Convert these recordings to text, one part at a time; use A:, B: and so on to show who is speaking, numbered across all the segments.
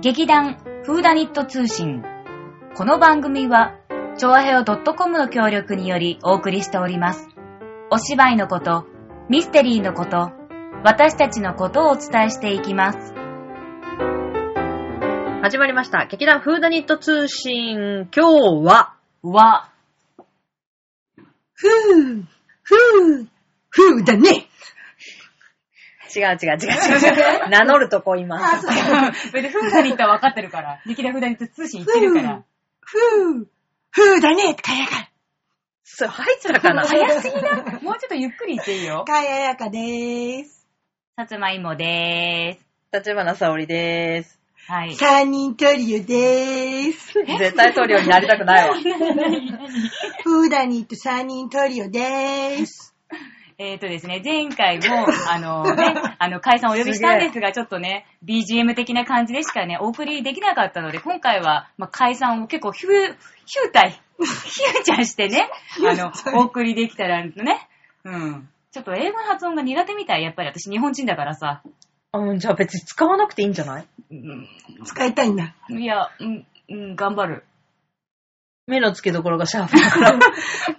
A: 劇団フーダニット通信。この番組は、チョアヘオ .com の協力によりお送りしております。お芝居のこと、ミステリーのこと、私たちのことをお伝えしていきます。
B: 始まりました。劇団フーダニット通信。今日は、
A: わ、
C: ふぅ、ふぅ、ふぅだね。
B: 違う違う違う違 う。名乗るとこいます。
A: 別にフーダニットは分かってるから、劇団フーダニット通信行ってるから。
C: ふぅ、ふぅだねってかやか。
B: それ入ったかな
A: 早すぎなもうちょっとゆっくり行っていいよ。
C: かややかでーす。
A: さつまいもで
B: 立花沙織でーす。
A: ーす。はい。
C: 三人トリオでーす。
B: 絶対トリオになりたく ないわ。
C: ふうだにと三人トリオでーす。
A: えっ、とですね、前回も、 あのね、あの、解散お呼びしたんですが、ちょっとね、BGM 的な感じでしかね、お送りできなかったので、今回は、まあ、解散を結構、ヒュー、ヒュータイ、ヒューちゃんして ね、あの、お送りできたらね、うん。ちょっと英語の発音が苦手みたい、やっぱり私日本人だからさ。
B: うん、じゃあ別に使わなくていいんじゃない
A: うん、
C: 使いたいんだ。
A: いや、うん、うん、頑張る。
B: 目の付けどころがシャープだから。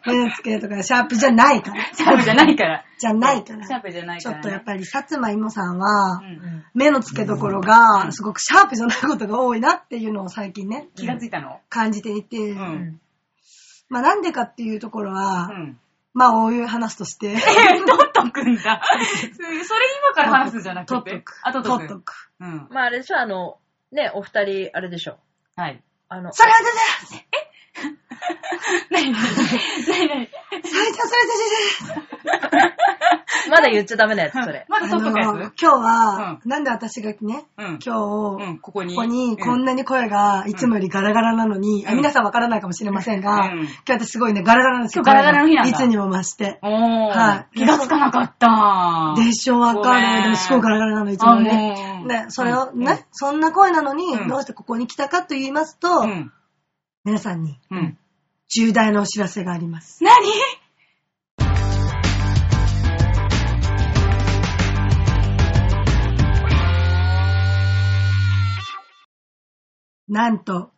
C: 目の付けとかシャープじゃないから。
A: シャープじゃないから。
C: じゃないから。
A: シャープじゃない
C: ち
A: か
C: ょ
A: ら、ね。
C: っとやっぱり、さつまいもさん
A: う、
C: は
A: ん
B: うん
C: 目の付けどころが、すごくシャープじゃないことが多いなっていうのを最近ね、
A: 気がついたの
C: 感じていて、
A: う。
B: うんん
C: まあなんでかっていうところ
A: う
C: は、
A: ん。
C: まあ、おいう話として。
A: え、 取っとくんだ。それ今から話すじゃなく
C: 取ってとく。。
A: あ、取っと
C: 取っと
A: く。
C: く。
A: うん。
B: まああれでしょ、あの、ね、お二人、あれでしょ。
A: はい。
B: あの、
C: それは全然
A: な になになに
C: 最初それそれそれ
B: まだ言っちゃダメなやつ、それ。
A: まだ取っとくや
C: あの今
A: つ
C: 日は、
A: う
C: なんで私がね、
A: うん。
C: 今日、
A: うん、ここに。
C: ここにこん
A: な。
C: なに声がいつもよりガラガラなのに、あ
A: うん
C: 皆さんわからないかもしれませんが、
A: うん
C: 今日私すごいね、ガラガラなんですよ。
A: 今日ガラガラの日なんだ
C: 声がいつにも増して。
A: おー
C: は。い
A: 気がつかなかった。
C: でしょ、わかんな
A: ごめん
C: い。でもすごいガラガラなの、いつもよりね。
A: あもう
C: ね、それを
A: うん
C: ね、そんな声なのに、
A: うん
C: どうしてここに来たかと言いますと、
A: うん。
C: 皆さんに
A: うん。
C: 重大なお知らせがあります。
A: なに
C: なんと、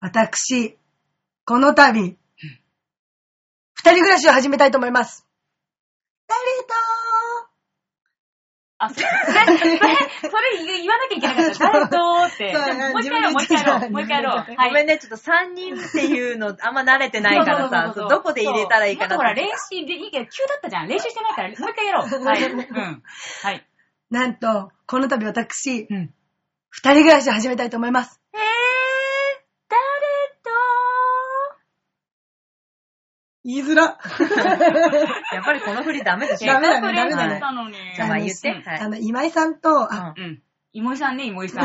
C: 私、この度、二人暮らしを始めたいと思います。
A: あ、それ、それ、それ言わなきゃいけなかった。誰とって。
C: そう
A: もう一回やろう、もう一回やろう、もう一回やろ
C: 自分で言ってた
A: う。
B: ごめ
A: ん
B: んね、ちょっと3人っていう のあんま慣れてないからさ、そうどこで入れたらいいかな
A: ほら、練習でいいけど、急だったじゃん。練習してないから、もう一回やろう。はい。うん。はい。
C: なんと、この度私、
A: うん。
C: 二人暮らしを始めたいと思います。
A: えー、誰
C: 言いづら。
B: やっぱりこの振りダメでしょ
C: ダメだね
A: と
C: ダメ
A: せっ
C: だね
A: かく練習したのに。
B: じゃあまあ言って。
A: うん
B: はい
C: あの、今井さんと、あ、
A: うん。芋井さんね、芋井さ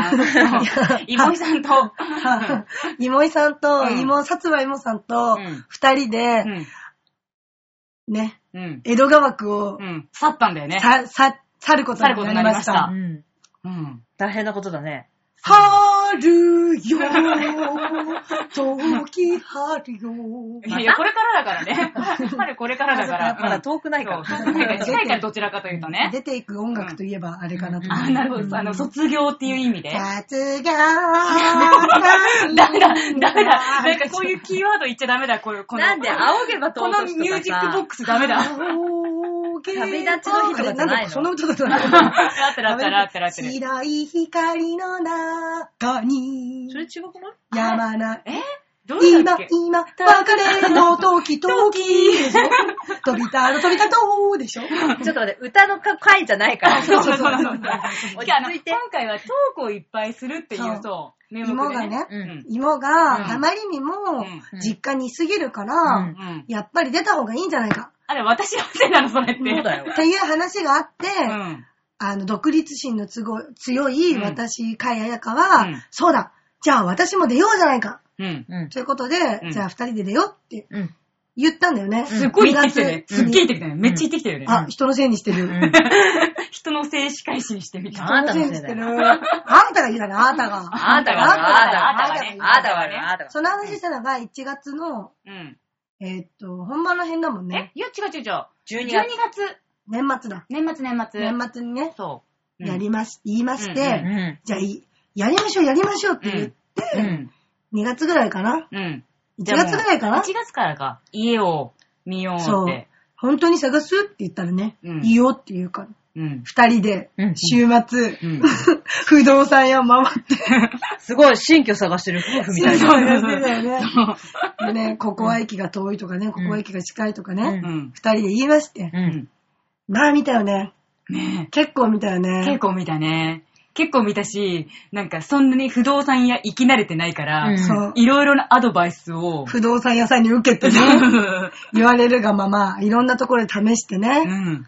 A: ん。芋井さんと。
C: 今井さんと、
A: うん
C: 今、さつまいもさんと
A: うん、
C: 二人で
A: う、ん。
C: ね、
A: うん。
C: 江戸川区を
A: う、ん。去ったんだよね。
C: さ、さ、去ること
A: 去ること
C: に
A: にな
C: な
A: りまし
C: りましたた。
B: うん。
A: うん。
B: 大変なことだね。
C: 春よ、時 春よ。
A: いやいや、これからだから ね。春これからだから。
B: まだ遠くないか
A: そう
B: ら。
A: 近いから近いからどちらかというとね。
C: 出ていく音楽といえばあれかなと。
A: あ、なるほど。あの、卒業っていう意味で。
C: 卒業
A: ダメだ、ダメだ。なんかこういうキーワード言っちゃダメだ、こう いう、この。
B: なんで、仰げば
A: こ
B: 遠
A: の
B: く
A: ミュージックボックスダメだ。
C: 旅
B: 旅立ちの日とかじゃないの
C: そんな歌だったら。
A: あってるあってるあってるあってる。
C: 白い光の中に
B: そ、れ違くない
C: 山な、
A: えどうだ
C: 今
A: っけ、
C: 今、別れの時、時でしょ飛びたの飛びたとでしょ
B: ちょっと待って、歌の回じゃないから。
A: そうそうそうそう。今
B: 落
A: 日
B: ち
A: あの
B: 着い
A: 今
B: て。
A: 回はトークをいっぱいするっていう、そう、名目
C: 芋
A: で
C: がね、
B: うん。
C: 芋
A: うん
C: があまりにも
A: うん
C: 実家に居すぎるか
A: う
C: ら、
A: ん。
C: やっぱり出た方がいいんじゃないか。
A: あれ、私のせいなの、それって。
B: そうだよ
C: っ。ていう話があって、
A: うん。
C: あの、独立心の都合強い
A: うん
C: 私、かややかは、
A: うん
C: そうだじゃあ私も出ようじゃないか
A: うん。
B: うん。
C: ということで、
A: うん
C: じゃあ二人で出ようって
B: うん。
C: 言ったんだよね。
A: すっごい行ってきたよね。
C: 二
A: すっ
C: 月に
A: げえ行ってきたよね。めっちゃ行ってきたよね。
C: あ、人のせいにしてる。
A: 人の静止開始にしてみた。
B: あなた
C: 人
B: の
C: の
B: せい
C: せい
B: だ
C: に
B: よ
C: してる。あんたが言うだね、あんたが。
B: あなたが、あな
C: あん
B: た
C: た
B: が、あ
C: が
B: なたが
C: あんたが
B: ね、あなたがね、あなたが。
C: その話したのが1月の、
A: うん。
C: えーっと、本番の辺だもん
A: え
C: ね。
A: いや、違う違う違う。
B: 12
A: 12
B: 月。
A: 月。
C: 年末だ。
A: 年末年末。
C: 年末にね、
A: そう。うん
C: やりまし、言いまし
A: うんうん
C: て、
B: ん。
C: じゃあいい。やりましょう、やりましょうって言って、
A: うん。
C: 2月ぐらいかな
A: うん。
C: ?1
A: じゃあもう
C: 月ぐらいかな
A: ?1 月からか。家を見よう
C: そ
A: っ
C: う
A: て。。
C: 本当に探すって言ったらね、
A: うん
C: いいよって言うから。
A: うん。
C: 二人で
B: うんう、ん
C: 週末、
A: うん。
C: 不動産屋回って、
B: すごい、新居探してる夫婦みたい
C: そ
B: な。
C: うやってたよね。でね、ここは駅が遠いとかね、ここは駅が近いとか
B: う
A: う
C: ね、
A: ん。
C: 二人で言いまして。
B: う。
A: うんん。
C: まあ見たよね。
A: ね
C: 結構見たよ
A: え。
C: ね。
A: 結構見たね。結構見たし、なんかそんなに不動産屋行き慣れてないから、
B: うん
C: そう。
A: いろいろなアドバイスを。
C: 不動産屋さんに受けてね、言われるがまま、いろんなところで試して
A: う
C: ね、
A: ん。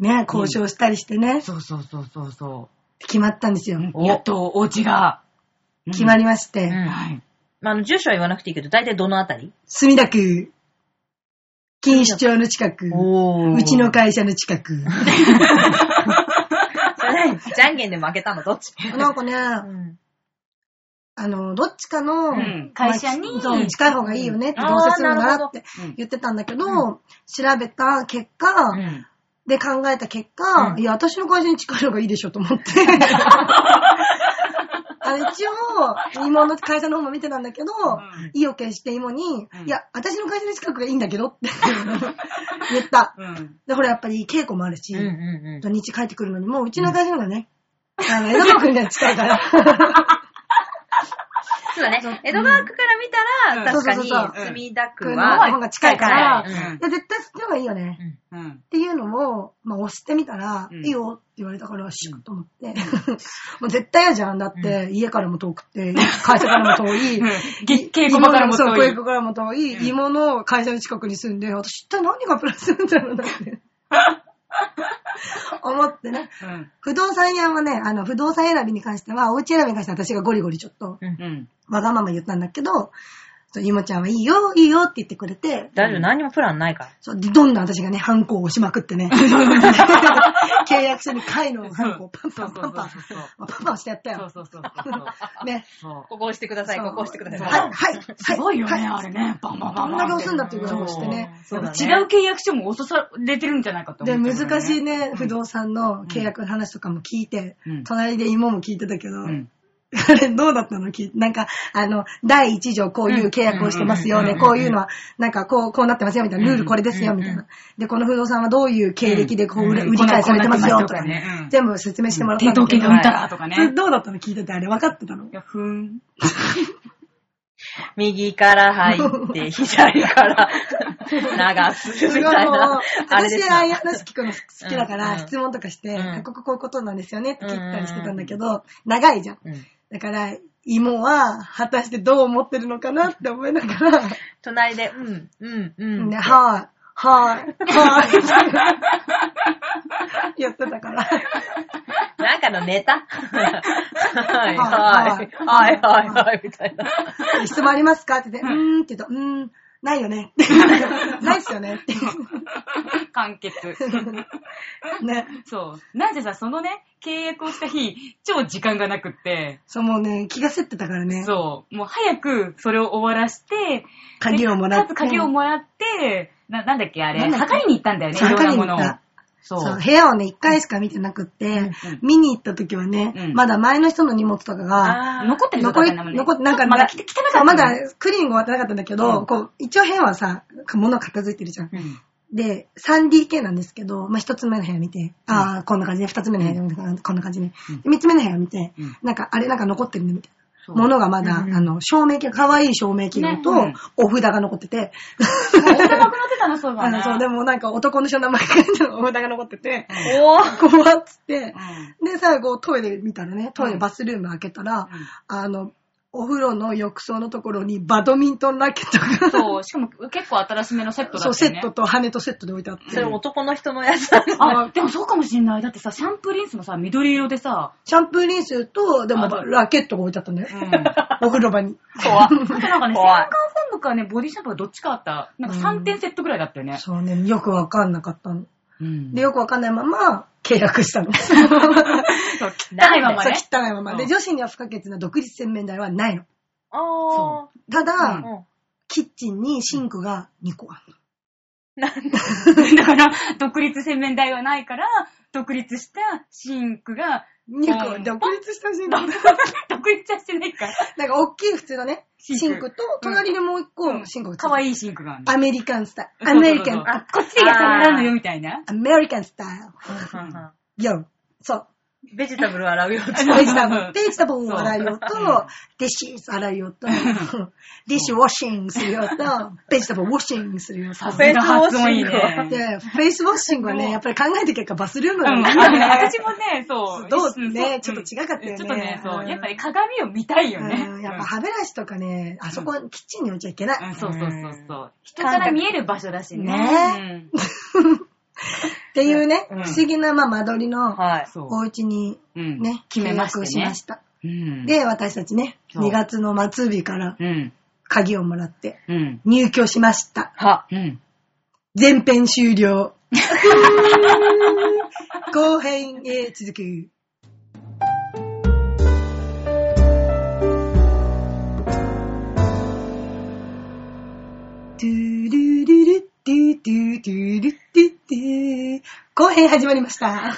C: ね、交渉したりしてね、
A: そうそうそうそうそ
C: 決まったんですよ。
A: う。やっとお家が。
C: 決ま
A: り。
C: りまして、
B: うん
A: はい。
B: まあ、あの、住所は言わなくていいけど、大体どのあたり
C: 墨田区、錦糸町の近く、
B: お
C: うちの会社の近く。
B: それ何じゃんけんで負けたのどっち
C: なんかね、
B: うん。
C: あの、どっちかの、
A: うん会社に
C: まあそう近い方がいいよねって、どうせするならって
A: うん
C: 言ってたんだけど、調べた結果、
A: うん。
C: で考えた結果、
B: うん
C: いや、私の会社に近い方がいいでしょと思って。あの一応、芋の会社の方も見てたんだけど、
A: ん
C: 意を決して芋に、
A: うん
C: いや、私の会社の近くがいいんだけどって 言った。
A: うん。
C: で、ほら、やっぱり稽古もあるし、
B: うんうん
C: 土日帰ってくるのにもう、うちの会社の方がね、あの、江戸川区みたいに近 いから。
B: そうだね。江戸川区から見た
A: うん
B: ら、確かに、
C: そうそうそう
B: 墨田区
C: 区の
B: は、
C: 方が近いから、い
A: うん
C: や、絶対そっちの方がいいよね。
A: うん。
C: っていうのを、まあ、押してみたら、
A: うん
C: いいよって言われたから、しようと思って。 もう絶対嫌じゃん。だって、家からも遠くて、会社からも 遠い。
A: げ稽古場からも
C: そう
A: 遠
C: 稽
A: い。
C: 古からも遠い。
A: うん
C: 芋の会社の近くに住んで、私一体何がプラスなんだろう なって。思ってね。
A: うん。
C: 不動産屋はね、あの、不動産選びに関しては、お家選びに関しては私がゴリゴリちょっと、
A: うん。
C: わがまま言ったんだけど、そう芋ちゃんはいいよ、いいよって言ってくれて、
B: 大丈夫、何にもプランないから。
C: そうでどんどん私がね、ハンコを押しまくって ね。契約書に貝のハンコをパンパンパンパン。
A: そうそうそう
C: まあパンパンしてやった
A: そう
C: よ。
A: そうそう そう。
C: ね。
A: そう。
B: ここ押してください、
C: そう
B: ここ押してくだ
C: は
B: さ
C: い、
B: い。
C: はい。
A: すごいよね、
C: は
A: あれね。バンバン
C: ど
A: バン
C: ん
A: バ
C: だ
A: ン。
C: け押すんだっていうことをしてね。
B: そう
A: 違
B: だ
A: う契約書も押されてるんじゃないかと思
C: で、
A: う。
C: 難しい。ね、不動産の契約の話とかも聞いて、
A: うん
C: 隣で芋も聞いてたけど、
A: うん。
C: あれどうだったの聞いなんか、あの、第一条こういう契約をしてますよね、こういうのは、なんかこう、こうなってますよ、みたいな、ルールこれですよ、みたいな。で、この不動産はどういう経歴でこう、売り売り買いされてますよ、とかね
A: うん。
C: 全部説明してもらった
A: 抵
C: んだ
A: 当
C: け
A: 権
C: ど
A: が浮いたらとかね。
C: どうだったの聞いてて、あれ分かって たの
A: いや、ふーん。
B: 右から入って、左から流すみたいな。あれで
C: 私、
B: す
C: ああ
B: な
C: いう話聞くの好きだか
B: う
C: ら、
B: んうん
C: 質問とかして、
B: うん
C: あこここういうことなんですよねって聞いたりしてたんだけど、長いじゃん。
B: うん
C: だから、芋は、果たしてどう思ってるのかなって思いながら、
B: 隣で、うん、うん、うん。
C: ね、はぁ、はぁ、 はぁ、やってたから。
B: なんかのネタはい、
C: は
B: はいい、はい、はい、はい、みたいな。
C: 質問ありますかって言って、うーんって言うと、うーん、ない よね。ないっすよねって。
A: 完 結。
C: ね。
A: そう。なんせさ、そのね、契約をした日、超時間がなくって、
C: そう、もうね、気がせってたからね。
A: そう。もう早くそれを終わらして、
C: 鍵をもらって。
A: かつ鍵をもらって、な、なんだっけ、あれ、
C: なんだっけ
A: 測りに行ったんだよね、い
C: そう
A: ろんなものを
C: 測りに行った。
A: そう。
C: そう、部屋をね、一回しか見てなくって、見に行った時はね、
A: うん
C: まだ前の人の荷物とかが、
B: あー
A: 残ってる
C: 残
A: 残っ
C: り、
A: たんだもんね。
C: 残っなんか、
A: まだ来て、来てなか
C: そ
A: ったも
C: うま
A: んね。
C: だクリーニング終わってなかったんだけど、
A: うん
C: こう、一応部屋はさ、物片付いてるじゃん。
A: うん。
C: で、3DK なんですけど、まあ、一つ目の部屋見て、ああ、こんな感じね、二つ目の部屋見て、こんな感じね。で三つ目の部屋見て、
A: うん
C: なんか、あれなんか残ってるね、みたい
A: そ
C: な。
A: う
C: 物がまだ、
B: うんうん
C: あの、照明器具、可愛い照明器具と、
A: ね
C: お札が残ってて、
A: お札なくなってたの、そういえば
C: あ
A: ね。
C: の、そう、でもなんか男の人の名 前書いてるお札が残ってて、
B: おー
C: 怖っつって
A: う、ん。
C: で、最後トイレ見たらね、トイレ
A: うん
C: バスルーム開けたら、
A: うん
C: あの、お風呂の浴槽のところにバドミントンラケットが、
A: そう、しかも結構新しめのセットだった
C: そ
A: よ
C: う、
A: ね。
C: セットと羽とセットで置いてあって。
B: それ男の人のやつだね
A: あ、でもそうかもしんない。だってさ、シャンプーリンスもさ、緑色でさ、
C: シャンプーリンスと、でも
A: あの
C: ラケットが置いてあったんだよ
A: う。ん。あ
C: お風呂場に。
B: 怖っ
A: となんかね、洗顔フォ
B: 怖い
A: ームかね、ボディシャンプーがどっちかあった。なんか3点セットぐらいだったよね。
C: そうね、よくわかんなかったの。
A: うん
C: で、よくわかんないまま、契約したの。そう、
A: そう 汚いま まね。
C: 汚いまま。で、
A: うん
C: 女子には不可欠な独立洗面台はないの。
B: あ
C: た
B: あ。
C: だ、
B: うん
C: キッチンにシンクが2個ある。
A: だから、独立洗面台はないから、独立したシンクが
C: 2個、独立してほしいんだ。
A: 独立はしてないから。
C: なんか、大きい普通のね、
A: シンク
C: シンクと、隣にもう一個、シンクがついて
A: か
C: る
A: わいいシンクがある
C: アメリカンスタイル。アメリカン、
A: あ、こっちでやってもらうのよ、みたいな。
C: アメリカンスタイル。よ。そう。
B: ベジタブル洗うよって。
C: ベジタブル、ベジタブルを洗うよと、ディッシュ洗うよと、ディッシュウォッシングするよと、ベジタブルウォッシングするよと。
A: さすが発音いいね。
C: で、フェイスウォッシングはね、やっぱり考えて結果バスルーム
A: う
C: の
A: ん、
C: ね
A: あのね、私もね、そう。
C: どうね
A: ん
C: ちょっと違かったよね
A: ちょっとね、そうう。
C: ん
A: やっぱり鏡を見たいよね。
C: うんやっぱ歯ブラシとかね、あそこキッチンに置いちゃいけ
A: う
C: なんい。
A: そうそうそうそう。人から見える場所だしね。
C: ね
A: うん
C: っていうね、
A: うん
C: 不思議なまあ間取りの
B: はい。
A: そう。
C: お家に
A: うん
C: ね、
A: 決めまし
C: 契
A: て
C: 約
A: ね
C: しました。
A: うん。、
C: で、私たちね、
A: そう
C: 2月の末日から
A: うん。
C: 鍵をもらって
A: うん。
C: 入居しました。
B: は。
A: うん。
C: 前編 終了。後編へ続く。トゥルルルトゥトゥトゥルトゥトゥ後編始まりました。
A: 勝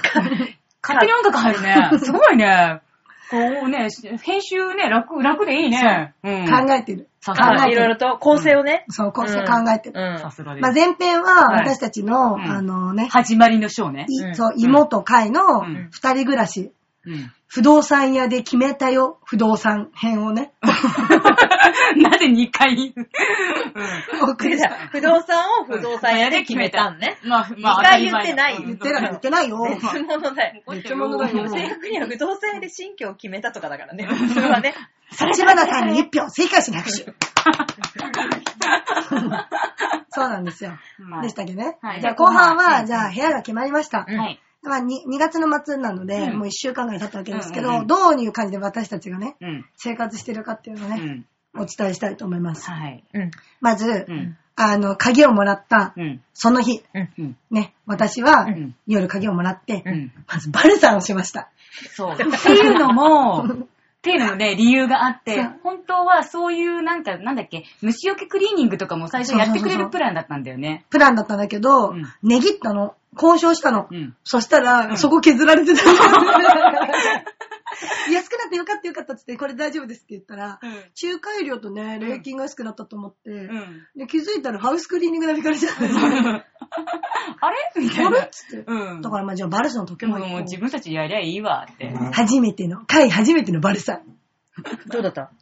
A: 手に音楽入るね。すごいね。こうね、編集ね、楽、楽でいいね。うん。
C: 考えてる。
A: さす
C: 考
A: が
C: え
B: あい
C: て
B: ろい
C: る。
B: ろと構成をね。
C: そう、こうそ
B: う
C: う
B: ん
C: 考えて
B: う
C: る。
B: ん
A: さ。すがで
C: まあ、
A: す。
C: 前編は
A: はい
C: 私たちの、
A: うん
C: あのね、
A: 始まりのショーね。
C: い
B: うん
C: そう、妹と海の
A: うん
C: 二人暮らし、
A: うん。
C: 不動産屋で決めたよ、不動産編をね、
A: なぜ2回 言う
C: お送 りした。
B: 不動産を不動産屋で決め たんね。
A: まあ、まあ、
B: 二回言ってない
A: うん
C: 言ってない、言ってないよ。
B: 別物だよ。
C: 別物だよ
B: 正確には不動産屋で新居を決めたとかだからね。それはね。
C: 立花さんに一票、正解しに拍 手。そうなんですよ。
A: まあ
C: でしたっけね。
A: はい
C: じゃあ後
A: 後半
C: 半
A: は
C: は、じゃあ部屋が決まりました。
B: うん
A: はい。
C: まあ、に 2, 月の末なので、
A: うん
C: もう1週間ぐらい経ったわけですけど、
A: うんうんうん
C: どういう感じで私たちがね、
A: うん。
C: 生活してるかっていうのを
A: う
C: ね、
A: ん。
C: お伝えしたいと思います。
A: はい。
B: うん。
C: まず、
A: うん。
C: あの、鍵をもらった、
A: うん。
C: その日、
A: うん。
C: ね、私は
A: うん
C: 夜鍵をもらって、
A: うん。
C: まずバルサンをしました。
A: そう。っていうのも、っていうのもね、理由があって
C: そう、
A: 本当はそういうなんか、なんだっけ、虫除けクリーニングとかも最初やってくれるプランだったんだよね。
C: プランだったんだけど、
A: うん
C: 値切ったの。交渉したの。
A: うん
C: そしたら、
A: うん
C: そこ削ら れてた。安くなってよかったよかったっつって、これ大丈夫ですって言ったら、仲介料とね、礼金が安くなったと思って、
A: うん。
C: で気づいたらハウスクリーニング並びからじゃないです
A: あれみたい
C: あれっ
A: な。
C: つって。
A: うん。
C: だからまあじゃあバルサの時計
A: で
C: も
A: も
C: 行こ
A: も
C: う
A: う自分たちでやりゃいいわって。
C: 初めての、回初めてのバルサ。
B: どうだった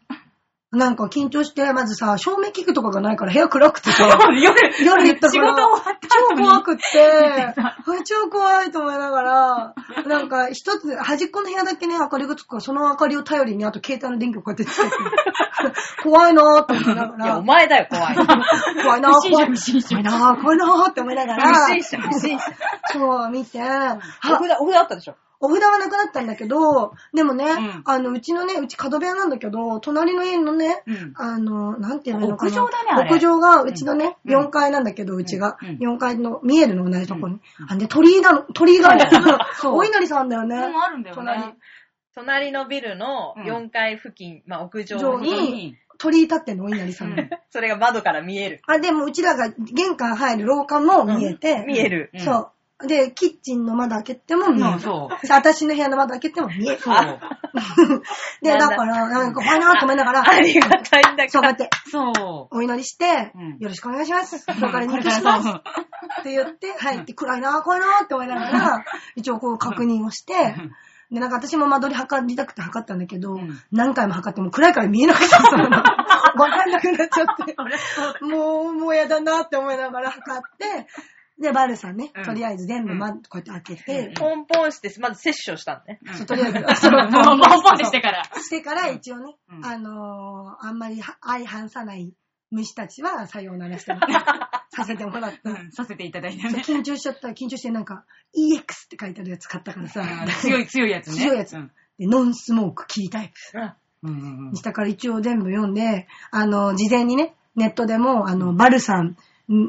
C: なんか緊張して、まずさ、照明器具とかがないから部屋暗くてさ、
A: 夜、
C: 夜行っ た
A: 仕
C: か
A: 事
C: ら
A: 終わった後
C: 超
A: に。
C: 怖くって、 超怖いと思いながら、なんか一つ、端っこの部屋だけね、明かりがつくから、その明かりを頼りに、あと携帯の電気をこうやって つけて、怖いなーって思いなが
B: いや、お
C: ら、
B: 前だよ、怖い。
C: 怖いなー、
A: 不審
C: 怖
A: 者、
C: い
A: 不審者。
C: なー、怖いなーって思いながら、
B: 不審者、不審者。
C: そう見て、あ
B: お札、お札 あったでしょ
C: お札はなくなったんだけど、でもね、
A: ん
C: あの、うちのね、うち角部屋なんだけど、隣の家のね、
A: うん
C: あの、なんていうのかな。
A: 屋上だねあれ
C: 屋上が、うちのね、
A: うん
C: 4階なんだけど、うちが。
A: うんうん
C: 4階の、見えるの同じとこに。あんで、鳥居が、鳥居があるんだけど
A: そう
C: お稲荷さんだよね。
A: でもあるんだよね。
B: 隣のビルの4階付近、まあ屋上
C: 上
B: に、
C: に鳥居立ってんの、お稲荷さんの。
A: うん
B: それが窓から見える。
C: あ、でも、うちらが玄関入る廊下も見えて。
B: 見える。
A: うん
C: そう。で、キッチンの窓開けても見え
A: う
C: る。
A: ん、そう。
C: さ私の部屋の窓開けても見える。
A: そう。
C: で、
B: な
C: だ
B: んだ
C: から、なんか怖いなと思いながら、
B: ありがたいんだけ
C: そ
B: ど
C: う、こうやって、
A: そ
C: お祈りして、
A: うん
C: よろしくお願いします。
A: う。
C: お借りにします。って言って、入って、暗いな怖いなって思いながら、一応こう確認をして、で、なんか私も間取り測りたくて測ったんだけど、
A: うん
C: 何回も測っても暗いから見えなかったの。 わかんなくなっちゃって。もう、もうやだなって思いながら測って、で、バルさんね
A: うん、
C: とりあえず全部ま、こうやって開けて、
B: ポンポンして、まず摂取をしたのね。
C: そうとりあえず、
A: もう、もう、ポンってしてから。
C: してから一応ね、
A: うん
C: あのーあんまりは相反さない虫たちはさようならしても させてもらった。
A: うん、させていただいた
C: そう
A: ね。
C: 緊張しちゃった緊張してなんか EX って書いてあるやつ買ったからさ、
A: うん強い、強いやつね。
C: 強いやつ
A: うん。
C: でノンスモークキータイプ
A: うんうんうん。
C: にしたから一応全部読んで、あの、事前にね、ネットでも、あの、バルさん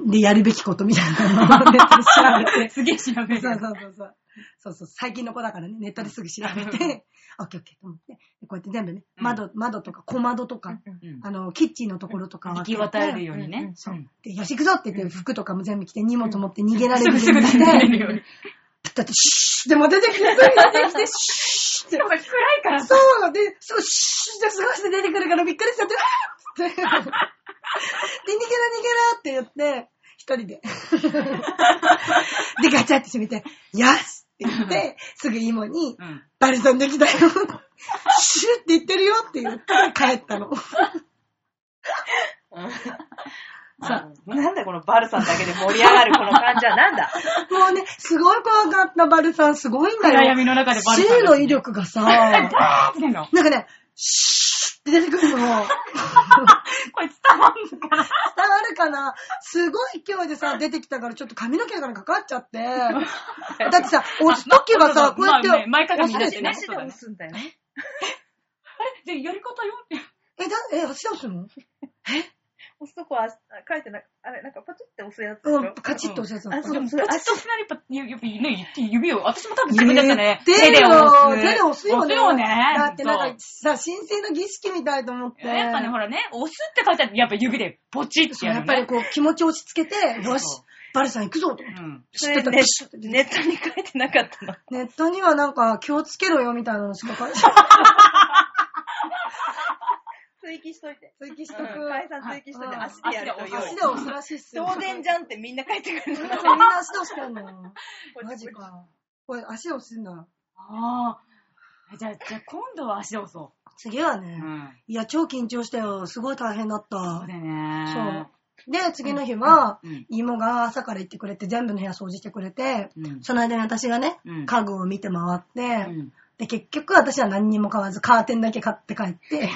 C: でやるべきことみたいなのをネットで調べて
A: すげえ調べる。
C: そうそうそうそう。そうそう、最近の子だからね、ネットですぐ調べて、オッケーオッケーと思って、でこうやって全部ね、
A: うん
C: 窓、窓とか小窓とか、
A: うん
C: あの、キッチンのところとかを
A: 行
C: 開け
A: き
C: て
A: 渡れるようにね。
B: うん
C: そう。で、よし行くぞって言って、服とかも全部着て、荷物持って逃げられ
A: す
C: るよ
A: ぐ
C: う
A: すぐ
C: に
A: 出
C: してて
A: くれ、るように。
C: だって、シューってもう出てきて、すぐ出てきて、シューって
A: ちの方が暗いからさ。
C: そうで、そう、シュッて過ごして出てくるからびっくりしちゃって、あー って。で、逃げろ逃げろって言って、一 人で。で、ガチャって閉めて、よしって言って、すぐイモに、
A: うん。
C: バルさんできたよ。シュッて言ってるよって言って帰ったの。
B: さなんだこのバルさんだけで盛り上がるこの感じはなんだ
C: もうね、すごい怖かった、バルさん。すごいんだよ。
A: 暗闇の中でバルさん
C: C の威力 がさ、なん
A: あ
C: か
A: ーって言ってんの。
C: ね、シューって出てくるの。伝わ
A: これ伝わんのかな
C: るかなすごい勢いでさ、出てきたからちょっと髪の毛からかかっちゃって。だってさ、押すときはさ、こうやって。
A: まあね前かがみになっ
C: 押
A: て
C: す
A: ね
C: で
B: なしで押すんだよね。
A: あれじゃあやり方よって。
C: え、だ、え、押し押すの
B: 押すとこは、あ書いてない。あれ、なんかパチって押すやつでしょ。
C: うん、カチッと押すや
B: あ
C: つ
B: そう
A: でも、
B: そ
A: そ
B: れ
A: れ、
B: あ
A: あ
B: そう
A: としなりぱ、指ね、指を、私も多分自分だったね。
C: 言っ
A: 手
C: てよ手で
A: で
C: 押
A: 押
C: す
A: す
C: よね。
A: 押すよね。
C: だってなんかさ、神聖の儀式みたいと思って。
A: そうやっぱね、ほらね、押すって書いてあるやっぱ指でポチって
C: そう
A: や
C: や
A: る
C: っ
A: の
C: ぱり
A: ね。
C: こう気持ちを落ち着けて、よし
A: そ、
C: バルさん行くぞと。
A: うん。
B: そ
C: 知っ
B: れ
C: てた
B: ネ
C: ピ
B: ッ
C: シュッて出てきて
B: ネットに書いてなかったの。
C: ネットにはなんか気をつけろよみたいなのしか書いて
B: 追記しといて。
C: 追記しとく。
B: 解散追記しといて。
C: うん
B: 足でやるとよ
C: 足で押すらしいっすよ。
B: 当然じゃんってみんな書いてくるの。
C: みんな足で押してんの。マジか。これ足で押すんだ。
A: ああ。じゃあ、じゃあ今度は足で押そ
C: 次は
A: う。う
C: ね、
A: ん。
C: いや、超緊張したよ。すごい大変だった。
A: そうだね。
C: そう。で、次の日は、
A: うんうん
C: 妹が朝から行ってくれて、全部の部屋掃除してくれて、
A: うん
C: その間に私がね、
A: うん
C: 家具を見て回って、
A: うん
C: で、結局私は何にも買わず、カーテンだけ買って帰って、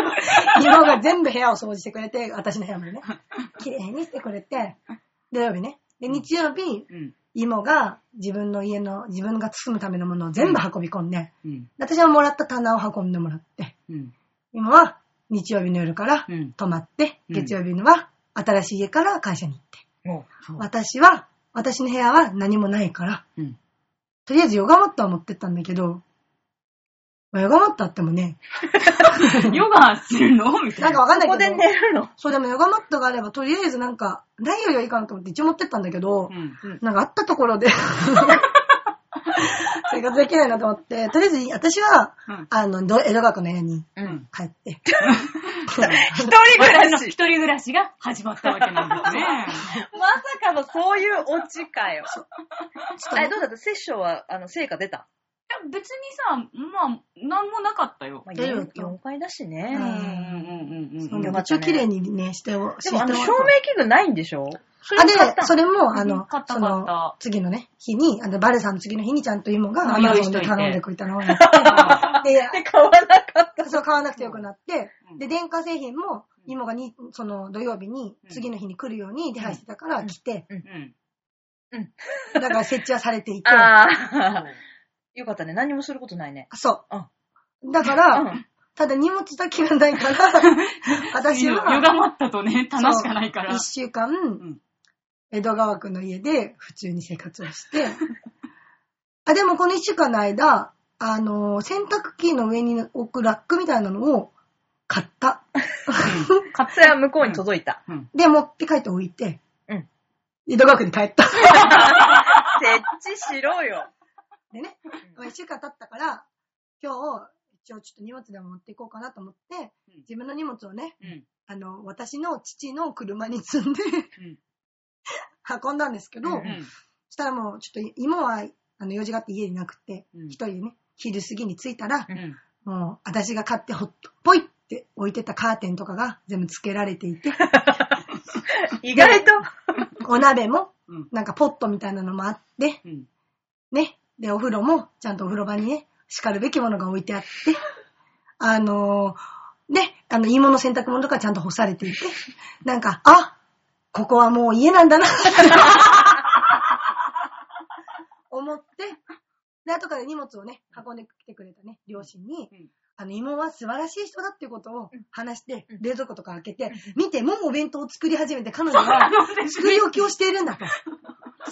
C: 妹が全部部屋を掃除してくれて、私の部屋 もね、綺麗にしてくれて、土曜日ね。で、日曜日、
A: うん。
C: 妹が自分の家の、自分が包むためのものを全部運び込んで、
A: うん。
C: で私はもらった棚を運んでもらって、
A: うん。
C: 今は日曜日の夜から
A: うん
C: 泊まって、
A: うん
C: 月曜日のは新しい家から会社に行って。
A: もう、そう。
C: 私は、私の部屋は何もないから、
A: うん。
C: とりあえずヨガマットは持ってったんだけど、まあヨガマットあってもね、
A: ヨガするのみた
C: ない
A: な
C: んか。わかんない
B: ここ
C: け
B: で
C: ど、
B: 寝る の。
C: そうでもヨガマットがあればとりあえずなんか、ないよりはいいかなと思って一応持ってったんだけど、
A: うん。
B: うん
C: なんかあったところで、生活できないなと思って、とりあえず私は、
A: うん
C: あの、ど江戸川区の部屋に
A: うん。
C: 帰って、
B: 一人暮ら
A: 私の
B: し
A: 一。人暮らしが始まったわけなんですね。
B: まさかのそういうオチかよ。
C: ちょっと
B: あれ
C: ね
B: どうだったセッションは、あの、成果出た
A: いや別にさ、まあ、なんもなかったよ。
B: まあ、
C: 出る
B: 4, 階だし
A: うん。
B: ね
C: う
A: うんんうんうんうん。
C: そう
B: よ
C: ね
B: かっ
C: 一
B: たね
C: 応綺麗にね、してお、
B: でも、あの、
C: してお
B: 照明器具ないんでしょ そ
C: あ、
B: も買っ
C: で
B: た、の
C: それも、あ
A: う
C: の
A: ん買っ、た
C: そ
A: 買っ
C: の
A: た、
C: 次のね、日に、あの、バルさんの次の日にちゃんと芋が
A: う
C: ア
A: ん用
C: マゾンで
A: 意しといて
C: 頼んでく れたのをやっ
A: あ
C: て、で
B: で、買わなかった。
C: そう、買わなくてよくなって
A: う、ん
C: で、電化製品も、
A: うん
C: 芋がに、その、土曜日に、
A: うん
C: 次の日に来るように手配してたから
B: ん
C: 来て、
A: うん。
C: だから設置はされていて、
B: ああ。よかったね。何もすることないね。
C: そうう。だか
B: う
C: ら
B: ん、
C: ただ荷物だけがないから、 私
A: ヨ
C: は、
A: ガマットとね、棚しかないから
C: 一。週間、
A: ん
C: 江戸川区の家で普通に生活をして、あ、でもこの一週間の間、あのー、洗濯機の上に置くラックみたいなのを買った。
A: 買
B: それは向こうに届いた。
A: うん。
C: で、持って帰って置いて、
B: うん
C: 江戸川区に帰った。
B: 設置しろよ。
C: でね、まあ一週間経ったから、今日、一応ちょっと荷物でも持っていこうかなと思って
A: うん、
C: 自分の荷物をね、
A: うん。
C: あの、私の父の車に積んで、運んだんですけど、
B: うん
C: そしたらもう、ちょっと芋は、あの、用事があって家になくて、
A: うん
C: 一人でね、昼過ぎに着いたら
A: う、ん。
C: もう、私が買ってほっと、ぽいって置いてたカーテンとかが全部つけられ ていて、
B: 意外と。
C: お鍋も、
A: うん。
C: なんかポットみたいなのもあって、
A: うん。
C: ね。で、お風呂も、ちゃんとお風呂場にね、叱るべきものが置い てあって、あのー、で、あの、芋の洗濯物とかちゃんと干されていて、なんか、あここはもう家なん だなって、思って、で、後から荷物をね、運んできてくれたね、両親に、
A: うん
C: あの、芋は素晴らしい人だっていうことを話して、
B: うん
C: 冷蔵庫とか開けて、見て、もうお弁当を作り始めて、彼 女は作り置きをしているんだと。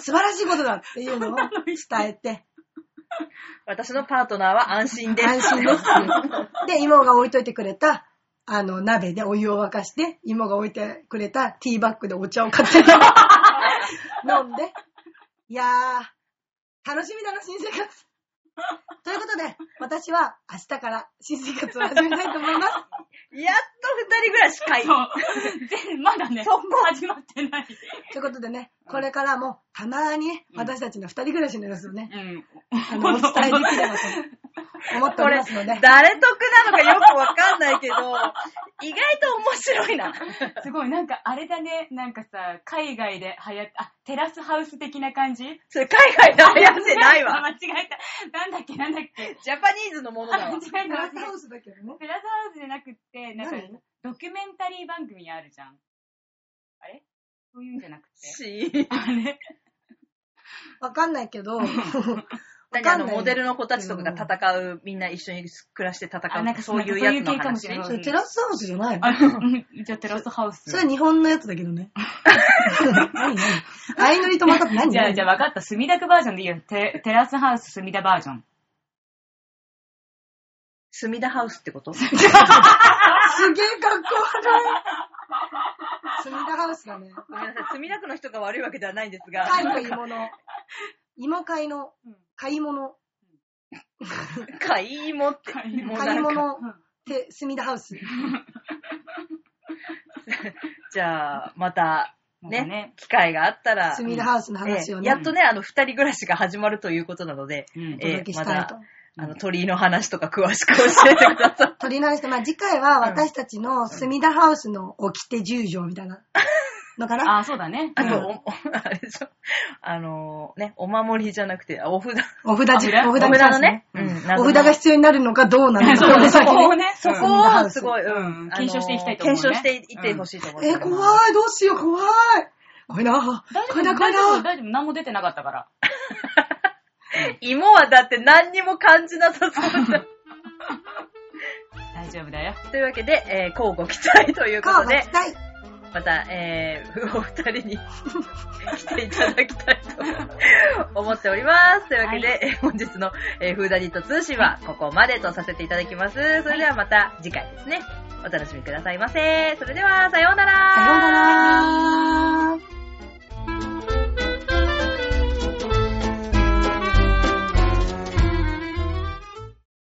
C: 素晴らしいことだっていうのを伝えて、
B: 私のパートナーは安心です。
C: 安 心ですっていう。で、芋が置いといてくれた、あの、鍋でお湯を沸かして、芋が置いてくれたティーバッグでお茶を買って 飲んで、いやー、楽しみだな、新生活。ということで、私は明日から新生活を始めたいと思います。
B: やっと二人暮らしかい。
A: そう。全まだね、
B: そこ
A: 始まってない。
C: ということでね、これからもたまーに私たちの二人暮らしの様子をね、
A: うん。
C: あの、お伝えできればと思ってお
B: こ
C: り
B: れ
C: ますので、、
B: 誰得なのかよくわかんないけ ど、意外と面白いな。
A: すごい、なんかあれだね、なんかさ、海外で流行っあ、テラスハウス的な感じ
B: それ海外で流行ってない
A: あ
B: わ。
A: 間違えた。なんだっけ、なんだっけ。
B: ジャパニーズのものだ
A: 間
B: わ
A: 違。えた。
C: ラス
A: テラス
C: ト
A: ハ
C: ハ
A: ウ
C: ウ
A: ス
C: スだけどね。
A: じゃなくって、なんか
C: 何、
A: ドキュメンタリー番組あるじゃん。あれそういうんじゃなくて。
B: し、
A: あれ
C: わかんないけ ど、わ
B: あの、モデルの子たちとかが戦う、みんな一緒に暮らして戦
A: あなんか
B: う、そういうやつ
A: なんか。そういう
B: の話ね
C: そ
A: 系かもしれない
C: れテラスハウスじゃないの
A: あ、 うんじゃあテラスハウス。
C: それ日本のやつだけどね。何何相乗りとまたって何
A: じゃあ、じゃ
C: あ、
A: あ分かった。墨田区バージョンでいいよ。テテラスハウス墨田バージョン。
B: 隅田ハウスってこと
C: すげえかっこ悪い。スミダハウスだね。
B: ごめんなさい、墨田区の人が悪いわけではないんです が、
C: 貝の芋の、芋貝の
A: うん、
C: 買い物、
B: 買い芋って、
A: 買い芋
B: もう
C: 買い
B: なんか、
C: 物、て、スミダハウス。
B: じゃあ、また、
A: ま
B: ね、
A: たね
B: 機会があったら、
C: スミダハウスの話を
B: ええや
C: ね
B: っ、とね、あの、二人暮らしが始まるということなので、
A: うん
C: お
B: ええ
C: 届けしたいと
B: ま。あの、鳥居の話とか詳しく教えてください。
C: 取り直して、まあ次回は私たちのスミダハウスの掟10条みたいなのかな。
A: あ、そうだね。
B: あと、
A: うん
B: お、おあれでしょ、あのね、お守りじゃなくて、あお札、
C: お札じ、
A: あ
C: お
B: お
C: 札
B: 札
C: に関し
B: のね
C: てね、。
B: うん
C: お札が
B: 必
C: 必要になるのかどうなの
A: そう
C: か。
A: そこを
C: 先に
A: ね、
B: 要。そこはすごい、うん。
A: 検証していきたいと思うね
B: あの検証していってほしいと思う。
C: え、怖い、どうしよう、怖い。怖いな。
A: 大
C: 怖
A: 丈
C: いな、
A: 夫、
C: 怖
A: 大
C: い
A: 丈夫、
C: な。
A: 大丈夫、何も出てなかったから。
B: 芋はだって何にも感じなさそうだ。
A: 大丈夫だよ。
B: というわけで、えー、交互期待というこ
C: カー
B: と
C: が
B: で
C: 来、たい。
B: また、えー、お 二人に来ていただきたいと思っております。というわけで、
A: は
B: えー本日の、えーフーダニット通信はここまでとさせていただきます。それではまた次回ですね。お楽しみくださいませ。それでは、さようなら。
C: さようなら。